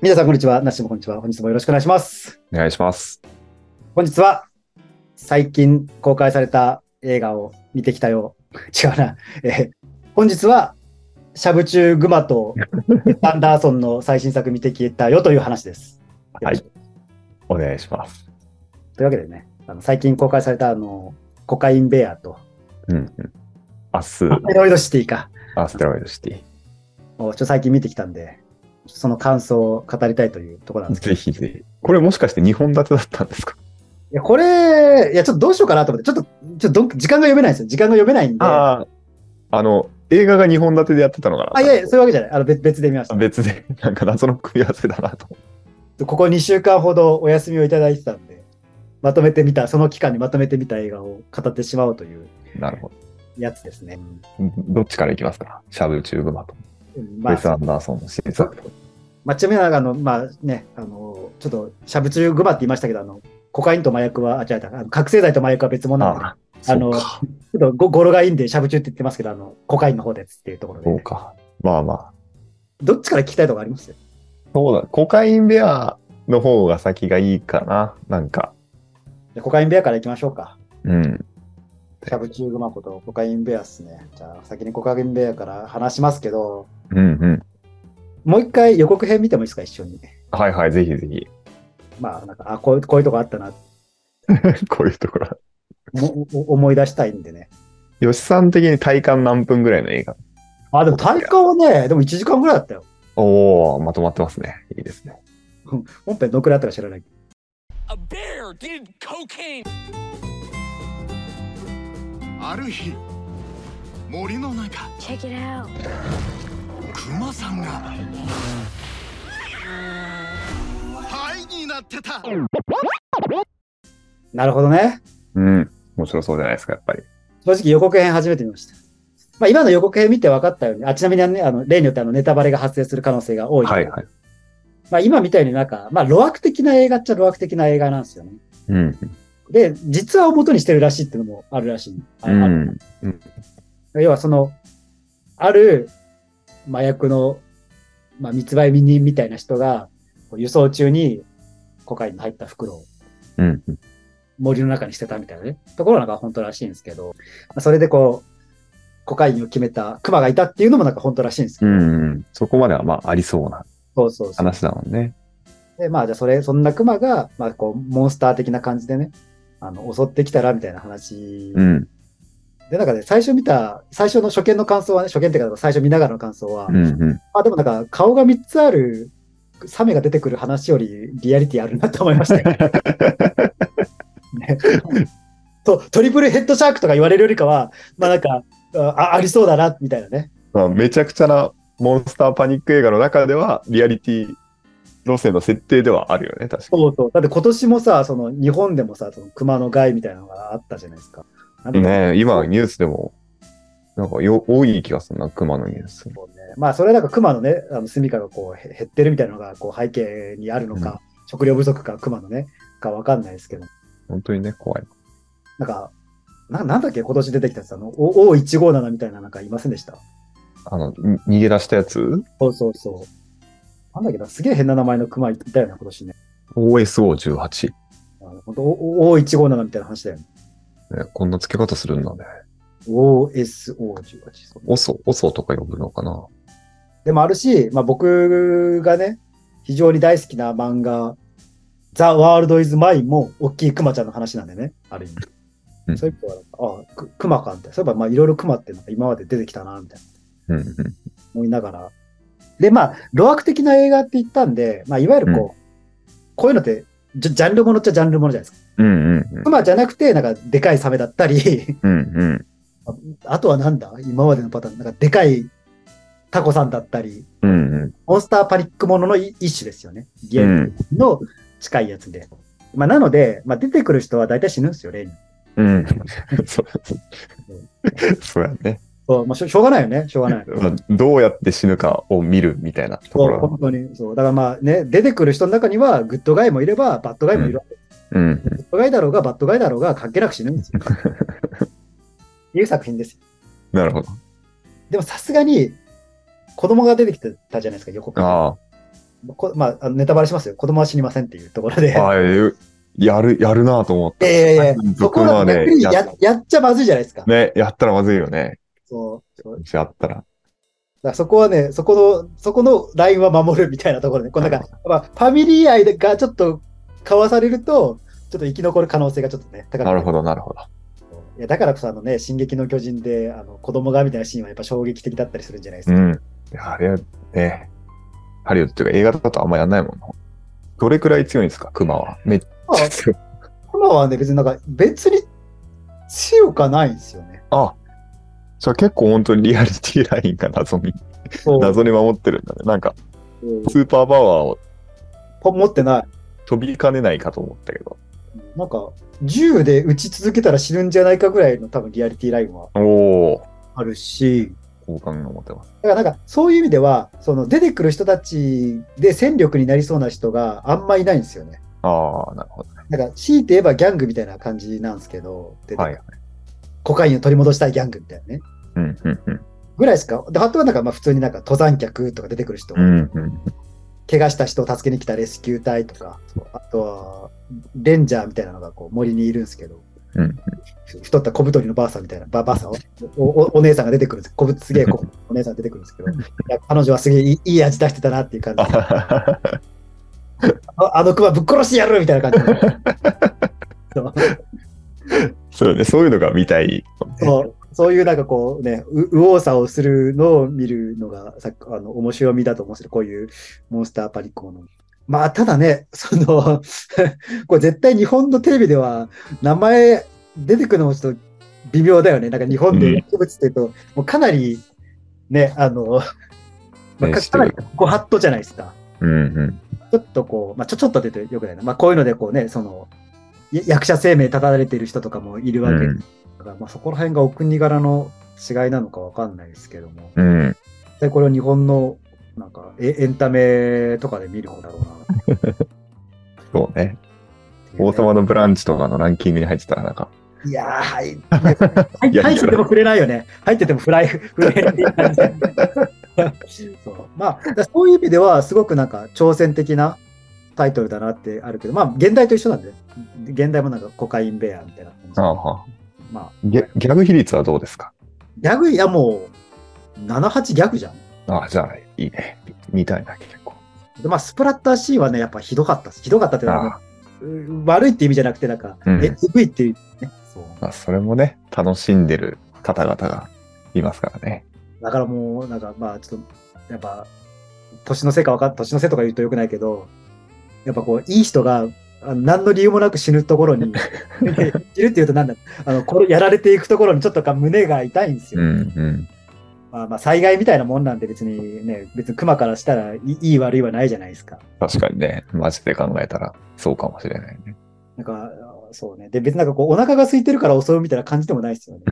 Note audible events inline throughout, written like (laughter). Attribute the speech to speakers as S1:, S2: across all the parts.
S1: 皆さん、こんにちは。なしもこんにちは。本日もよろしくお願いします。
S2: お願いします。
S1: 本日は、最近公開された映画を見てきたよ。違うな。えー本日は、シャブチューグマとアンダーソンの最新作見てきたよという話です。
S2: はい。お願いします。
S1: というわけでね、あの最近公開されたあの、コカインベアと、
S2: うんうん。アス、
S1: アステロイドシティか。
S2: アステロイドシテ
S1: をちょっと最近見てきたんで、ちょっとその感想を語りたいというところなん
S2: ィ。
S1: ですけど。
S2: ぜひぜひ。これもしかして2本立てだったんですか
S1: いや、これ、いや、ちょっとどうしようかなと思って、ちょっと、ちょっとどん時間が読めないんですよ。時間が読めないんで。あ
S2: ああ。あの、映画が2本立てでやってたのかな
S1: あ、いやいや、そういうわけじゃない。あの別別で見ました。
S2: 別で、なんか謎の組み合わせだなと。
S1: ここ2週間ほどお休みをいただいてたんで、まとめてみた、その期間にまとめてみた映画を語ってしまおうという
S2: なるほど。
S1: やつですね。
S2: どっちからいきますかシャブチューグマと。
S1: うん
S2: ウ
S1: ま
S2: ェス・ア
S1: あ、
S2: ンダーソンの新作と。
S1: まあ、ちなみにあの、まあね、あの、ちょっと、しゃぶ中グマって言いましたけど、あの、コカインと麻薬は、あ、違う違うあの、覚醒剤と麻薬は別物なんで、
S2: あ
S1: あの
S2: そうか。
S1: ちょっとご語呂がいいんで、しゃぶ中って言ってますけど、あの、コカインの方ですっていうところで、
S2: そうか。まあまあ。
S1: どっちから聞きたいとかあります
S2: そうだ。コカインベアの方が先がいいかな。なんか。
S1: じゃあコカインベアから行きましょうか。
S2: うん。
S1: シャブチューグマことコカインベアですね。じゃあ、先にコカインベアから話しますけど、
S2: うんうん。
S1: もう一回予告編見てもいいですか、一緒に。
S2: はいはい。ぜひぜひ。
S1: まあ、なんか、あ、こういう、こういうとこあったな、
S2: (laughs) こういうところ。
S1: もお思い出したいんでね。
S2: 吉さん的に体感何分ぐらいの映画
S1: あ、でも体感はね、でも1時間ぐらいだったよ。
S2: おおまとまってますね。いいですね。
S1: 本編どのくらいあったか知らないけど。
S3: A bear did cocaine.
S4: ある日森の中
S5: Check it out.
S4: クマさんが灰になってた
S1: なるほどね。
S2: うん。面白そうじゃないですか、やっぱり。
S1: 正直予告編初めて見ました。まあ、今の予告編見て分かったように、あ、ちなみにね、あの、例によってあの、ネタバレが発生する可能性が多い。
S2: はいはい。
S1: まあ、今見たようになんか、まあ、路悪的な映画っちゃ路悪的な映画なんですよね。
S2: うん。
S1: で、実話を元にしてるらしいっていうのもあるらしい。あ
S2: う
S1: あ
S2: ん。
S1: 要はその、ある麻薬の、まあ、密売人みたいな人が、こう輸送中にコカインの入った袋を
S2: うん。
S1: 森の中に捨てたみたいなね、ところなんか本当らしいんですけど、まあそれでこう、コカインを決めたクマがいたっていうのもなんか本当らしいんですけ
S2: う
S1: ど、
S2: ん。そこまではまあありそうな
S1: そうそうそう。
S2: 話だもんね。
S1: で、まあじゃあそれ、そんなクマが、まあこう、モンスター的な感じでね、あの、襲ってきたらみたいな話
S2: うん。
S1: で、なんかね、最初見た、最初の初見の感想はね、初見っていうか、最初見ながらの感想は、
S2: うんうん。
S1: あ、でもなんか、顔が3つある、サメが出てくる話よりリアリティあるなと思いましたよ (laughs) ね。そう、トリプルヘッドシャークとか言われるよりかは、まあなんか、あありそうだな、みたいなね。
S2: まあ、めちゃくちゃなモンスターパニック映画の中では、リアリティ路線の設定ではあるよね、確かに。
S1: そうそう。だって今年もさ、その日本でもさ、その熊の害みたいなのがあったじゃないですか。なんか
S2: ねえ今ニュースでも、なんかよ多い気がするな、熊のニュース。
S1: そうねまあそれはなんか熊のね、あの住みかがこうへ減ってるみたいなのがこう背景にあるのか、食料不足か熊のね、かわかんないですけど、
S2: 本当にね、怖い。
S1: なんか、ななんだっけ、今年出てきたやつ、あの、O- O157 みたいななんかいませんでした
S2: あの、に逃げ出したやつ
S1: そうそうそう。なんだっけど、すげえ変な名前の熊いたよね、今年ね。
S2: ?OSO18。
S1: 本当 O157 みたいな話だよね。
S2: ね、こんな付け方するんだね。
S1: OSO18。そう
S2: オソ、オソとか呼ぶのかな
S1: でもあるし、まあ、僕がね、非常に大好きな漫画、The World is Mine も、大きい熊ちゃんの話なんでね、ある意味。
S2: うん
S1: そういうことはなんか、ああ、く熊かみたいな。そういえば、まあ、いろいろ熊ってなんか今まで出てきたな、みたいな。
S2: うんうん。
S1: 思いながら。で、まあ、路悪的な映画って言ったんで、まあ、いわゆるこう、こういうのってジャ、ジャンルものっちゃジャンルものじゃないですか。
S2: うんうんうん。
S1: 熊じゃなくて、なんか、でかいサメだったり、 (laughs)
S2: うんうん。
S1: あとはなんだ今までのパターン、なんか、でかいタコさんだったり、
S2: うんうん。
S1: モンスターパニックもののい一種ですよね。ゲ
S2: う
S1: ーム
S2: ん
S1: の近いやつで。まあ、なので、まあ、出てくる人は大体死ぬんですよ、例に。
S2: うん。 (laughs) そうそうやね、
S1: そうまあ、しょしょうがないよね、しょうがない。
S2: まあ。どうやって死ぬかを見るみたいなとこ
S1: そう
S2: ろ
S1: 本当にそうだからまあね、出てくる人の中には、グッドガイもいれば、バッドガイもいるわけですよ
S2: だ。うんうん。
S1: グッドガイだろうが、バッドガイだろうが、関係なく死ぬん
S2: (laughs)
S1: ですよ。いう作品ですよ。
S2: なるほど。
S1: でもさすがに、子供が出てきてたじゃないですか、予告。
S2: あ
S1: こまああの、ネタバレしますよ。子供は死にませんっていうところで。
S2: あーえやる、やるなと思っ
S1: いやいやいや
S2: うん
S1: そこは
S2: 僕はね
S1: 逆にや
S2: や
S1: やっちゃまずいじゃないですか。
S2: た。ね、やったらまずいよね。
S1: そうそうだか
S2: やったら。
S1: らそこはね、そこの、そこのラインは守るみたいなところで、このなんか、まあ、ファミリー愛がちょっと交わされると、ちょっと生き残る可能性がちょっとね、高く
S2: なるほ
S1: ど。
S2: ど、なるほど。
S1: いやだからこそ、あのね、進撃の巨人で、あの子供がみたいなシーンはやっぱ衝撃的だったりするんじゃないです
S2: う
S1: か。
S2: ん。いやあれはね、ハリウッドというか映画だとあんまやんないもんな。どれくらい強いんですか、クマは。めっち
S1: まあ
S2: ゃ強い。
S1: 今はね、別になんか、別に強かないんですよね。
S2: あ、じゃあ結構本当にリアリティラインが謎に、
S1: そう
S2: 謎に守ってるんだね。なんか、
S1: うん
S2: スーパーパワーを
S1: ぽ持ってない。
S2: 飛びかねないかと思ったけど。
S1: なんか、銃で撃ち続けたら死ぬんじゃないかぐらいの多分リアリティラインは
S2: おお、
S1: あるし、
S2: 好感が持てます。
S1: だからなんかそういう意味では、その出てくる人たちで戦力になりそうな人があんまいないんですよね。
S2: ああ、なるほど。
S1: なんか強いて言えばギャングみたいな感じなんですけど、で
S2: はいはい。
S1: コカインを取り戻したいギャングみたいなね。
S2: うん、うん、うん。
S1: ぐらいですか。で、あとはなんかまあ普通になんか登山客とか出てくる人、
S2: うん、うん。 (laughs)
S1: 怪我した人を助けに来たレスキュー隊とか、あとはレンジャーみたいなのがこう森にいるんですけど、
S2: うん
S1: ふ太った小太りのばあさんみたいな、ばばあさんおおお姉さんが出てくるんです小ぶすげえ小ぶお姉さんが出てくるんです
S2: (laughs)
S1: けど、いや彼女はすげえいいいい味出してたなっていう感じ
S2: あ (laughs) はは
S1: ああのクマぶっ殺してやるみたいな感じそう
S2: そうね、そういうのが見たい。
S1: そうそういうなんかこうね、う右往左往するのを見るのがさあの面白みだと思うんですけど、こういうモンスターパニックもの。まあただね、 (laughs) そのこれ絶対日本のテレビでは名前出てくるのもちょっと微妙だよね。なんか日本
S2: うん
S1: で薬物っていうと、もうかなりね、あの、まあ、
S2: ね
S1: か
S2: 知って
S1: かなり
S2: る
S1: ご法度じゃないですか。
S2: うん、うん。
S1: ちょっとこう、まあ、ちょちょっと出てよくないな。まあ、こういうので、こうね、その、や役者生命立たれている人とかもいるわけだから、まあ、そこら辺がお国柄の違いなのかわかんないですけども、
S2: うん、うん。
S1: でこれを日本の、なんかエ、エンタメとかで見る方だろうなっていう
S2: そうね。
S1: ね
S2: 王様のブランチとかのランキングに入ってたら、なんか、
S1: いやー、はい。入
S2: いや
S1: 入ってても触れないよね。入っててもフ
S2: (laughs)
S1: ライ、触れない感じ。そうまあ、だからそういう意味では、すごくなんか挑戦的なタイトルだなってあるけど、まあ、現代と一緒なんで、現代もなんかコカインベアみたいな感じ。
S2: ああ、
S1: まあ、
S2: ギャギャグ比率はどうですか
S1: ギャグ、いやもう、7、8ギャグじゃん。
S2: ああ、じゃあ、いいね。見たいな、結構。
S1: でまあ、スプラッターシーンはね、やっぱひどかったです。ひどかったっていうのは
S2: あ
S1: うん悪いって意味じゃなくて、なんか、
S2: うん
S1: え、えぐいっていう、ね。そう
S2: あ、まあ、それもね、楽しんでる方々がいますからね。
S1: だからもう、なんかまあ、ちょっと、やっぱ、年のせいかわかん、年のせいとか言うとよくないけど、やっぱこう、いい人が、あの何の理由もなく死ぬところに、死ぬっていうとなんだ、あの、これやられていくところにちょっとか胸が痛いんです
S2: う
S1: よ。
S2: ん、うん。
S1: まあまあ、災害みたいなもんなんで別にね、別に熊からしたらいいいい悪いはないじゃないですか。
S2: 確かにね、マジで考えたら、そうかもしれないね。
S1: なんか、そうね。で、別になんかこう、お腹が空いてるから襲うみたいな感じでもないですよね。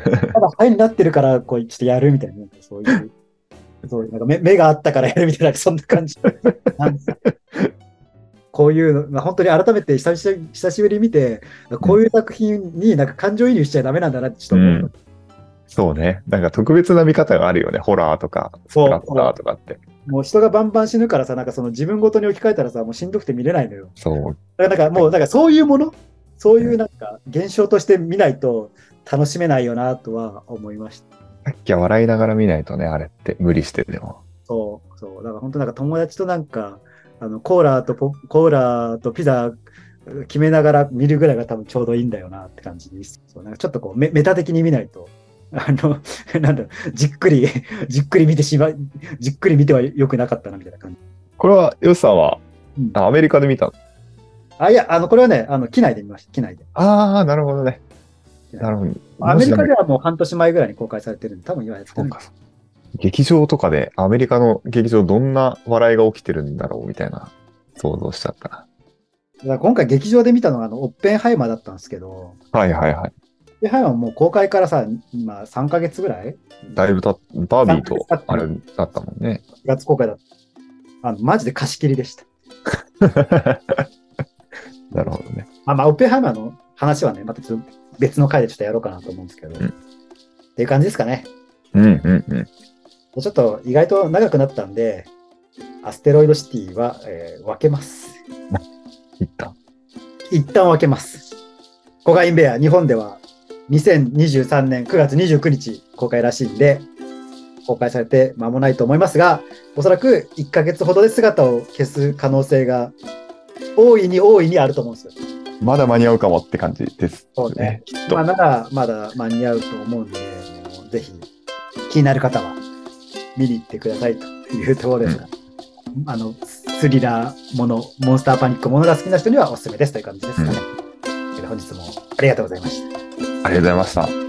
S1: ただ、肺になってるから、こう、ちょっとやるみたいな、なんかそういう、そういう、なんか目目があったからやるみたいな、そんな感じなんですよ。こういうの、まあ、本当に改めて久し久しぶりに見て、こういう作品になんか感情移入しちゃダメなんだなってちょっと思う。
S2: うんそうね。なんか特別な見方があるよね。ホラーとか、スプ
S1: そう
S2: ラッターとかって。
S1: もう人がバンバン死ぬからさ、なんかその自分ごとに置き換えたらさ、もうしんどくて見れないのよ。
S2: そう。
S1: だからなんかもう、なんかそういうもの、そういうなんか現象として見ないと楽しめないよなとは思いました。
S2: さっきは笑いながら見ないとね、あれって無理してでも。
S1: そう、そう。だから本当なんか友達となんか、あのコーラとポコーラとピザ決めながら見るぐらいが多分ちょうどいいんだよなって感じです。そうなんかちょっとこうメメタ的に見ないと、あの、 (laughs) なんだろう、じっくり、じっくり見てしまい、じっくり見てはよくなかったなみたいな感じ。
S2: これは、ヨシさんは、
S1: うん
S2: あアメリカで見たの
S1: あ、いや、あの、これはね、あの、機内で見ました、機内で。
S2: ああ、なるほどね。なるほど。
S1: アメリカではもう半年前ぐらいに公開されてるんで、多分今やって
S2: そう
S1: る
S2: かそうか劇場とかで、アメリカの劇場、どんな笑いが起きてるんだろうみたいな想像しちゃったな。
S1: だから今回劇場で見たのがあのオッペンハイマーだったんですけど、
S2: はいはいはい。
S1: オッペンハイマーはもう公開からさ、今3ヶ月ぐらい
S2: だいぶたバービーと
S1: だいぶ経っ、た
S2: あれだったもんね。
S1: ?4 月公開だった。あの、マジで貸し切りでした。
S2: なるほどね。
S1: あまあ、オッペンハイマーの話はね、またちょっと別の回でちょっとやろうかなと思うんですけど、
S2: ん
S1: っていう感じですかね。
S2: うんうんうん。
S1: ちょっと意外と長くなったんで、アステロイドシティは、えー分けます。
S2: いった。
S1: 一旦分けます。コガインベア、日本では2023年9月29日公開らしいんで、公開されて間もないと思いますが、おそらく1ヶ月ほどで姿を消す可能性が大いに大いにあると思うんですよ。
S2: まだ間に合うかもって感じです。
S1: そうね。
S2: きっと。
S1: まあ、ならまだ間に合うと思うんで、もうぜひ気になる方は見に行ってくださいというところですが、あの、スリラーもの、モンスターパニックものが好きな人にはおすすめですという感じですかね。では本日もありがとうございました。
S2: ありがとうございました。